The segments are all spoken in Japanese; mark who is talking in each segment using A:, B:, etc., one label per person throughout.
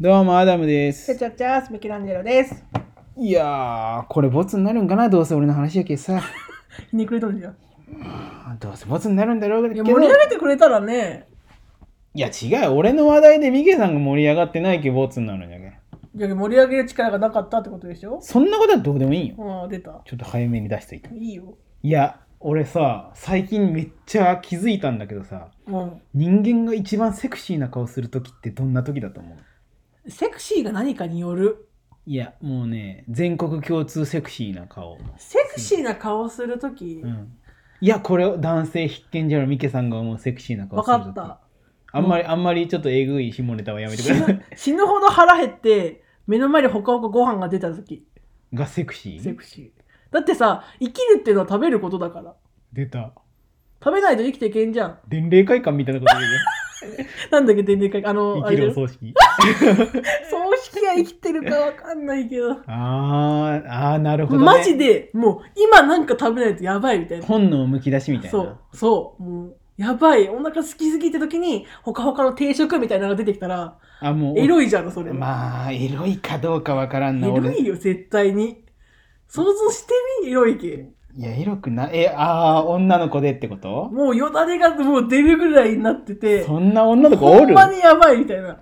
A: どうもアダムで
B: チャ
A: す
B: チャチャスミキランジェロです。
A: いやーこれボツになるんかなどうせ俺の話やけどさ
B: ひねくれたんですよ。
A: どうせボツになるんだろう
B: い
A: け
B: や
A: ど
B: 盛り上げてくれたらね、
A: いや違う俺の話題でミケさんが盛り上がってないけどボツになるんやけん
B: いや盛り上げる力がなかったってことでしょ
A: そんなことはどうでもいいよ
B: ああ、出た。
A: ちょっと早めに出しといた
B: いいよ。
A: いや俺さ最近めっちゃ気づいたんだけどさ
B: うん。
A: 人間が一番セクシーな顔する時ってどんな時だと思う
B: セクシーが何かによる。
A: いやもうね全国共通セクシーな顔
B: セクシーな顔をするとき
A: う、んいやこれ男性必見じゃろミケさんが思うセクシーな顔
B: 分
A: する時
B: かった。
A: あんまり、あんまりちょっとえぐい下ネタはやめてく
B: 死
A: ださい。
B: ぬ 死ぬほど腹減って、目の前でほかほかご飯が出たとき、
A: がセクシー
B: セクシー。だってさ、生きるっていうのは食べることだから。
A: 出た。
B: 食べないと生きていけんじゃん。
A: 伝令会館みたいなこと言うね。
B: なんだっけ、全然かあの、
A: 生
B: あれ
A: きるお
B: だよ
A: 葬式。
B: 葬式が生きてるかわかんないけど。
A: あー、あーなるほど、ね。
B: マジでもう今なんか食べないとやばいみたいな
A: 本能むき出しみたいな。
B: そうそうもうやばいお腹空きすぎって時にほかほかの定食みたいなのが出てきたら
A: あ、もう。
B: エロいじゃんそれ、
A: まあ、エロいかどうかわからんな、
B: エロ
A: 俺。
B: いよ絶対に想像してみエロい系
A: いや、エロくない。え、あー、女の子でってこと
B: もうよだれがもう出るぐらいになってて
A: そんな女の子お
B: ほん
A: る
B: まにやばいみたいな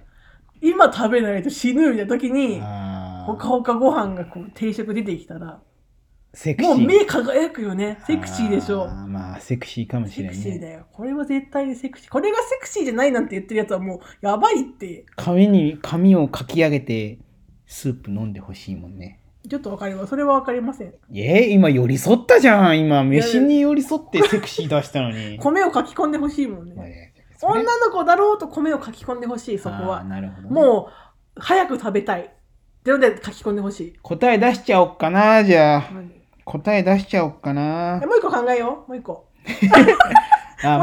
B: 今食べないと死ぬみたいな時に
A: あー
B: ほかほかご飯がこう定食出てきたら
A: セクシ
B: も
A: ー。
B: う目輝くよねセクシーでしょ
A: あーまあ、セクシーかもし
B: セ
A: れな
B: ク
A: い、
B: シー
A: ね。
B: だよ。これは絶対にセクシー。これがセクシーじゃないなんて言ってるやつはもうやばいって。
A: 髪に、髪をかき上げて、スープ飲んでほしいもんね。
B: ちょっとわかります。それはわかりません。
A: えー、今寄り添ったじゃん今
B: やいや
A: 飯に寄り添ってセクシー出したの に
B: 米を書き込んでほしいもん
A: まあ
B: ね。
A: ねそれ
B: 女の子だろうと米を書き込んでほしい、そこ
A: あ
B: は
A: ー。なるほどね、
B: もう、早く食べたい。ってので書き込んでほしい。
A: 答え出しちゃおっかなじゃあ
B: 何
A: 答え出しちゃおっかな
B: えもう一個考えよう。もう一個。
A: あー
B: もう一個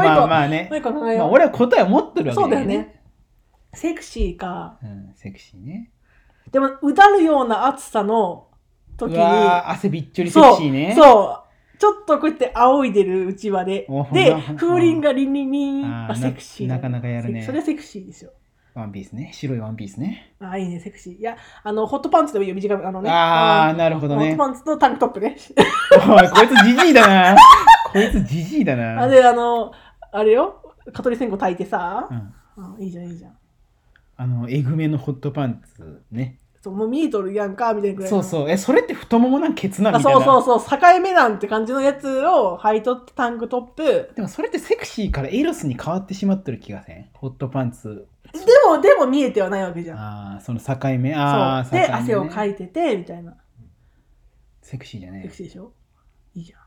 A: まあまあね
B: もう一個考え
A: まあ
B: よ
A: 俺は答え持って
B: う。
A: るわけ
B: そうだよね。セクシーか。
A: うんセクシーね
B: でも、うだるような暑さの時
A: う
B: に、
A: わー汗びっちょりセクシーね
B: そうそうちょっとこうやって仰いでるうちわで
A: おほんま
B: で
A: ほんま
B: 風鈴がリンリンリン
A: あー
B: あセクシー
A: ななかなかやるね
B: セクそれはセクシーですよ
A: ワンピースね白いワンピースね
B: あーいいねセクシーいやあのホットパンツでもいいよ短めあのね
A: ああ
B: ー
A: なるほど
B: ホッ
A: ね
B: トパンツとタンクトップね
A: おいこいつジジイだ なこいつジジイだな
B: あであのあれよ蚊取り線香炊いてさ
A: う、ん、
B: あいいじゃんいいじゃん
A: あのえぐめのホットパンツね
B: そうもう見えとるやんかみたいなぐらい
A: そう
B: う
A: そうえそれって太ももなんケツなん
B: あ
A: みたい
B: そ
A: な
B: うそうそう境目なんて感じのやつを履いとってタンクトップ
A: でもそれってセクシーからエロスに変わってしまってる気がせん。ホットパンツ、
B: でもでも見えてはないわけじゃん
A: ああ、その境目、ああ、
B: そうで
A: 境目ね
B: 汗をかいててみたいな
A: セクシーじゃな
B: セ
A: い
B: ク。シーでしょいいじゃん。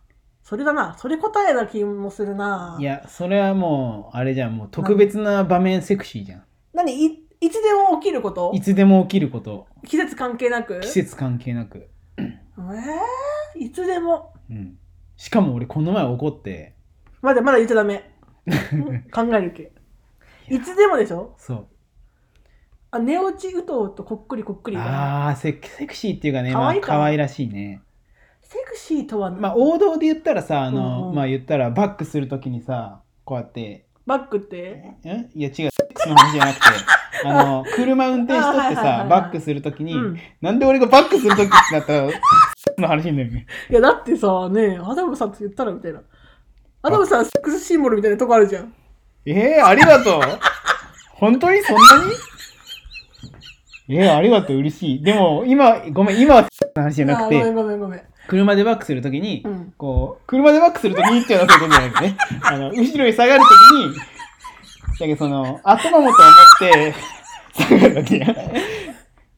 B: それだな。それ答えな気もするな。
A: いや、それはもう、あれじゃん、もう特別な場面セクシーじゃん。
B: 何いいつでも起きること
A: いつでも起きること、
B: 季節関係なく
A: 季節関係なく。
B: えー、いつでも。
A: うん。しかも俺、この前怒って、
B: まだまだ言っちゃダ メ。考えるけ。いつでもでしょ
A: そ
B: あ寝落ちうとうとこっくりこっく
A: う。
B: りだな。
A: ああ、セクセクシーっていうかね、
B: 可
A: まあ
B: 愛いか
A: 可愛らしいね。
B: セクシーとは、
A: まあ、王道で言ったらさ、あ
B: うん
A: の、
B: うん
A: まあ言ったら、バックするときにさ、こうやって、
B: バックって
A: んいや違う、セックスの話じゃ なくて、あの、車運転しとって
B: あはいはいはいは
A: さ、
B: い
A: バックするときに、
B: うん。
A: なんで俺がバックするときってなったら、セックスの話になるね。
B: いやだってさ、ねえアダムさんって言ったらみたいな。アダムさんセックスシンボルみたいなとこあるじゃん。
A: えー、ありがとう本当にそんなにえー、ありがとう、嬉しい。でも、今、ごめん、今はセックスの話じゃな
B: あ
A: く
B: ーごめん
A: て、
B: ごめんごめん。
A: 車でバックするときに、
B: うん
A: こう、車でバックするときにっていうのはそういうことじゃないですね。 あの、後ろに下がるときに、だけどその、頭元を持って、下がるとき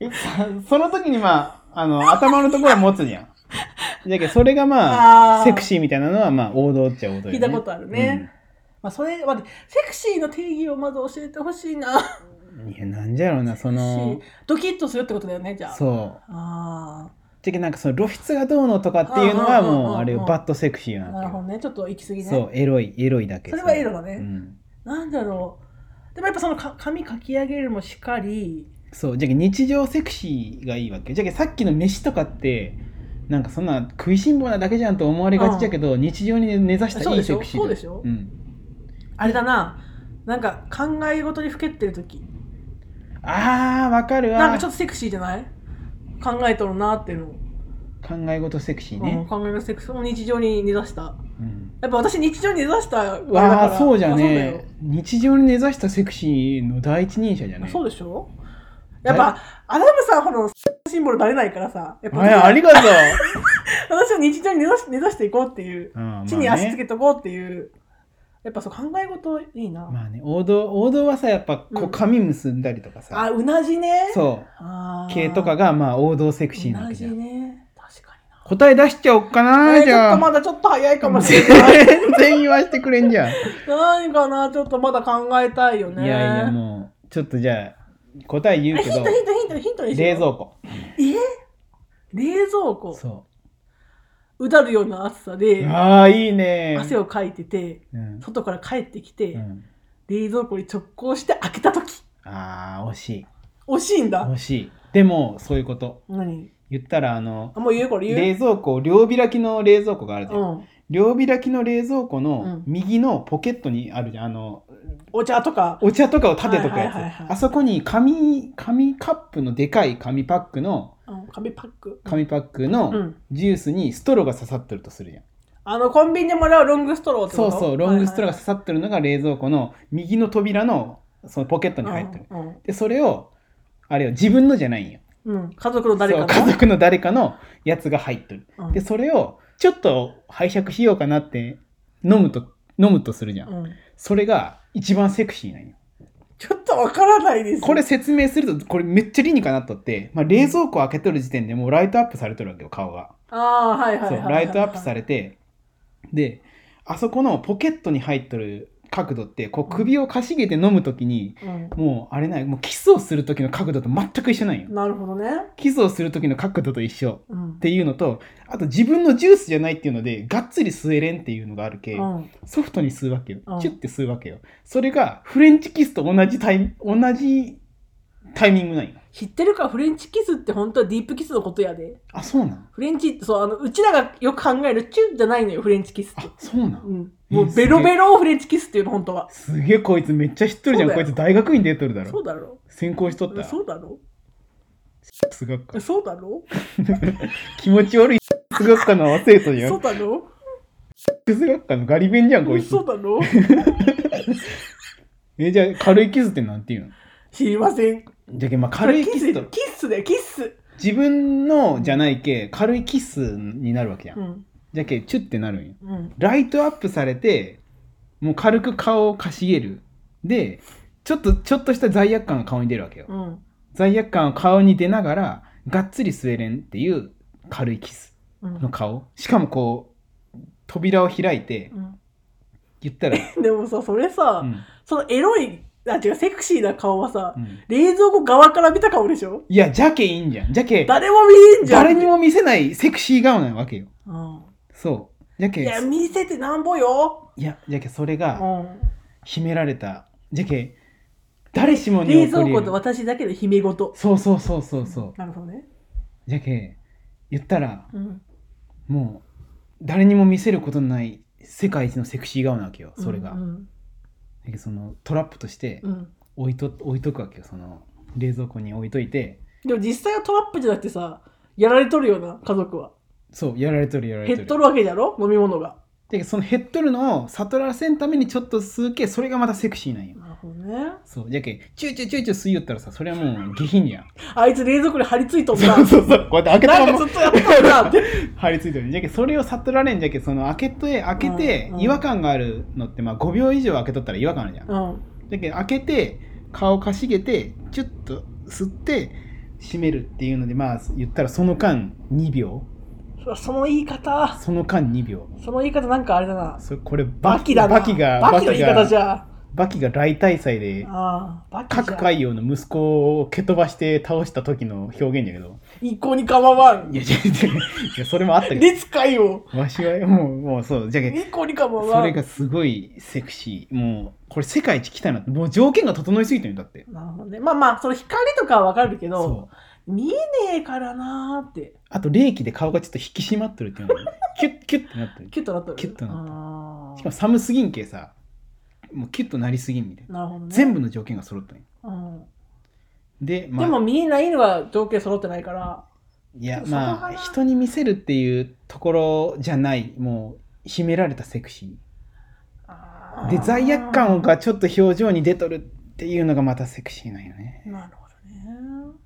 A: に、その時にまあ、あの、頭のところは持つじゃん。だけど、それがまあ、
B: あー
A: セクシーみたいなのはまあ、王道っちゃ王道よ、ね。
B: 聞いたことあるね。まあそれ待ってセクシーの定義をまず教えてほしいな。
A: うん。いや、なんじゃろうな、その
B: し、ドキッとするってことだよねじゃあ
A: そう。
B: あ
A: てけどなんかその露出がどうのとかっていうのは
B: うんうんうんうんうん
A: もう、あれよ、バッドセクシーな
B: あなるほど
A: わ
B: ねちょっと行き過
A: け
B: ぎ
A: よ
B: ね
A: そう、エロい、エロいだけ。
B: それはエロだね
A: うん。
B: なんだろうでもやっぱそのか髪かき上げるもしかり
A: そうじゃけ日常セクシーがいいわけじゃけさっきの飯とかってなんかそんな食いしん坊なだけじゃんと思われがちじゃけど、日常に根ざした
B: そう
A: いい
B: でし
A: セ
B: ょ
A: クシー
B: そうでしょ
A: ん、
B: あれだななんか考え事にふけってる時
A: あー、わかるわ。
B: なんかちょっ
A: っ
B: とセクシーじゃない考えとるなっていうのを、
A: と考え事セクシー
B: うん
A: ね。
B: 考えがセクシーもう日常に根ざした
A: うん。
B: やっぱ私日常に根ざしたあれだから
A: わあ、そうじゃ
B: あそうだよ
A: ね。日常に根ざしたセクシーの第一人者じゃね。
B: そうでしょやっぱ、アダムさんほどのシンボルバレないからさ、やっぱ
A: はい、ありがと う。
B: 私は日常に根ざし根ざしていこうっていう、
A: うんまあね
B: 地に足つけとこうっていう、やっぱそう考え事いいな。
A: まあね、王道、王道はさ、やっぱこ
B: う
A: うん髪結んだりとかさ、
B: あ、うなじね。う。
A: そ
B: あ
A: う、
B: ー
A: 系とかがまあ王道セクシーなわ
B: う
A: け
B: な
A: じ
B: じ
A: ゃん。
B: ね。確かにな。
A: 答え出しちゃおっかな
B: えー
A: じ
B: ちょっ
A: ゃ
B: と
A: あ。
B: まだちょっと早いかもしれ ない。
A: 全然言わしてくれんじゃん。い
B: 何かなちょっとまだ考えたいよね。
A: やいや、もう、ちょっとじゃあ、答え言
B: え
A: う
B: ヒ
A: け
B: ント
A: ど、
B: ヒントヒントヒントにしよう
A: 冷蔵庫。
B: 冷蔵庫
A: そう
B: だるような暑さ
A: う。
B: で
A: ああ、いいね。
B: 汗をかいてて
A: うん。
B: 外から帰ってきて、
A: うん
B: 冷蔵庫に直行して開けた時
A: ああ、惜しい。
B: 惜しいんだ
A: 惜しい。でも、そういうこと。
B: 何
A: 言ったら、あの、
B: あもう言うこれ言う
A: 冷蔵庫、両開きの冷蔵庫があるじゃん。
B: うん、
A: 両開きの冷蔵庫
B: う
A: の
B: ん
A: 右のポケットにあるじゃん。あの、
B: お茶とか
A: お茶とかを立てとく
B: はいはいはい
A: や
B: はい
A: つ。あそこに紙、紙カップのでかい紙パックの、
B: うん紙パック
A: 紙パック
B: う
A: の
B: ん
A: ジュースにストローが刺さってるとするじゃん。
B: あのコンビニでもらうロングストローって
A: そ
B: こ
A: う
B: と
A: そう、ロングストローが
B: が
A: 刺さってるのが冷蔵庫の右の扉のそのポケットに入ってる。
B: うん
A: で、それを、あれよ、自分のじゃないんよ。
B: うんうん家族の誰か
A: そう
B: の
A: 家族の誰かのやつが入ってる。
B: うん
A: で、それをちょっと拝借しようかなって飲むと、飲むとするじゃん。
B: うん
A: それが一番セクシーなんよ。
B: ちょっとわからないです
A: これ説明すると、これめっちゃ理にかなっとって、まあ、冷蔵庫開けとる時点でもうライトアップされてるわけよ、顔が。
B: ああはいはい
A: そう
B: はいはい、
A: ライトアップされてであそこのポケットに入っとる角度ってこう首をかしげて飲む時に
B: うん
A: もうあれないもうキスをする時の角度と全く一緒なんよ
B: なるほどね、
A: キスをする時の角度と一緒
B: うん
A: っていうのとあと自分のジュースじゃないっていうのでがっつり吸えれんっていうのがあるけ、
B: うん、
A: ソフトに吸うわけよ
B: うん
A: チュッて吸うわけよそれがフレンチキスと同じタイ同じタイミングなんよ
B: 知ってるかフレンチキスって本当はディープキスのことやで
A: あそうなん
B: フレンチそうあのうちらがよく考えるチュッじゃないのよフレンチキスって
A: あ、そうな
B: うんん、もうベロベロをフレンチキスっていうの本当は
A: すげえこいつめっちゃ知っとるじゃん
B: そ
A: こ
B: うだ
A: い
B: よ
A: つ大学院出とるだろ
B: そうだろ
A: 先行しとった
B: そうだろ
A: すごく
B: そうだろ
A: 気持ち悪いすごくの生徒じゃ
B: そ
A: ん
B: うだろ
A: すごくのガリ勉じゃんこいつ
B: そうだ ろ
A: えじゃあ軽いキスってなんていう
B: 知りません
A: のじゃけまあ軽いキス
B: だ
A: と
B: よキスだよキス、
A: 自分のじゃないけ軽いキスになるわけじゃん、
B: うん
A: じゃけチュってなるんよ
B: うん、
A: ライトアップされてもう軽く顔をかしげるでちょっとちょっとした罪悪感が顔に出るわけよ、
B: うん
A: 罪悪感が顔に出ながらがっつり吸えれんっていう軽いキス
B: うん
A: の顔しかもこう扉を開いて
B: う
A: 言ったら、
B: ん、でもさそれさ、
A: うん
B: そのエロいあ違うセクシーな顔はさ、
A: うん、
B: 冷蔵庫側から見た顔でしょ
A: いや、ジャケいいんじゃん。ジャケ、
B: 誰も見えんじゃん
A: 誰にも見せないセクシー顔なわけよ。
B: うん
A: そう。ジャケ、
B: いや、見せてなんぼよ。
A: いや、ジャケ、それ
B: う
A: が
B: ん、
A: 秘められた。ジャケ、誰しもに
B: 冷
A: 起こ
B: 蔵
A: り
B: 庫
A: 得
B: と
A: る。
B: 私だけの姫ごと。
A: そうそうそうそうそう。
B: なるほどね。
A: ジャケ、言ったら、
B: うん。
A: もう、誰にも見せることのない世界一のセクシー顔なわけよ、それが。
B: う
A: だ
B: ん。
A: けどそのトラップとして
B: うん
A: 置いと、置いとくわけよ、その、冷蔵庫に置いといて、
B: でも実際はトラップじゃなくてさ、やられとるような家族は。
A: そう、やられとるやられ
B: 減
A: と
B: っ
A: る。
B: とるわけじゃろ飲み物が。
A: でその減っとるのを悟らせんためにちょっと吸うけそれがまたセクシーなんよ
B: なるほどね。
A: そうじゃけチューチューチューチュー吸いよったらさそれはもう下品やん
B: あいつ冷蔵庫に張り付いとんな。
A: そうそうそうこうやって開け
B: な
A: たま
B: んか
A: ま
B: ずっとやっとるなって。
A: 張り付いてるじゃけそれを悟られんじゃけその開けて開けて
B: うんうん
A: 違和感があるのってまあ5秒以上開けとったら違和感あるじゃん
B: う
A: じゃ
B: ん。
A: け開けて顔かしげてチュッと吸って閉めるっていうのでまあ言ったらその間2秒
B: うわその言い方、
A: その間2秒
B: その言い方なんかあれだな。
A: それこれ
B: バキだな。
A: バキが
B: バキの言い方じ
A: ゃ
B: ゃ。あ
A: バキが来大祭で
B: あ、バキじゃ。
A: 各海洋の息子を蹴飛ばして倒した時の表現だけど
B: 一向に構わん。
A: いや違う違ういやそれもあったけ
B: 律かよ。
A: どわしはもうもうそうじゃけ
B: 一向に構わ
A: そ
B: ん。
A: れがすごいセクシーもうこれ世界一来たなってもう条件が整いすぎてるんだって
B: なるほどね。まあまあ、その光とかはわかるけど、
A: そう
B: 見えねえからなーって、
A: あと冷気で顔がちょっと引き締まってるっていうのがね キュッキュッってなってる
B: キュッとなったよね
A: キュッとなった
B: あー
A: しかも寒すぎんけさもうキュッとなりすぎんみたいな
B: なるほどね。
A: 全
B: 部。
A: 部の条件が揃ったんよ
B: うん、
A: で、ま
B: で
A: あ、
B: も見えないのは条件揃ってないから。
A: いや
B: でもそこ
A: ま
B: か
A: あ
B: な
A: 人に見せるっていうところじゃないもう秘められたセクシ
B: あ
A: ー
B: ー
A: で罪悪感がちょっと表情に出とるっていうのがまたセクシーなんよね
B: なるほどね。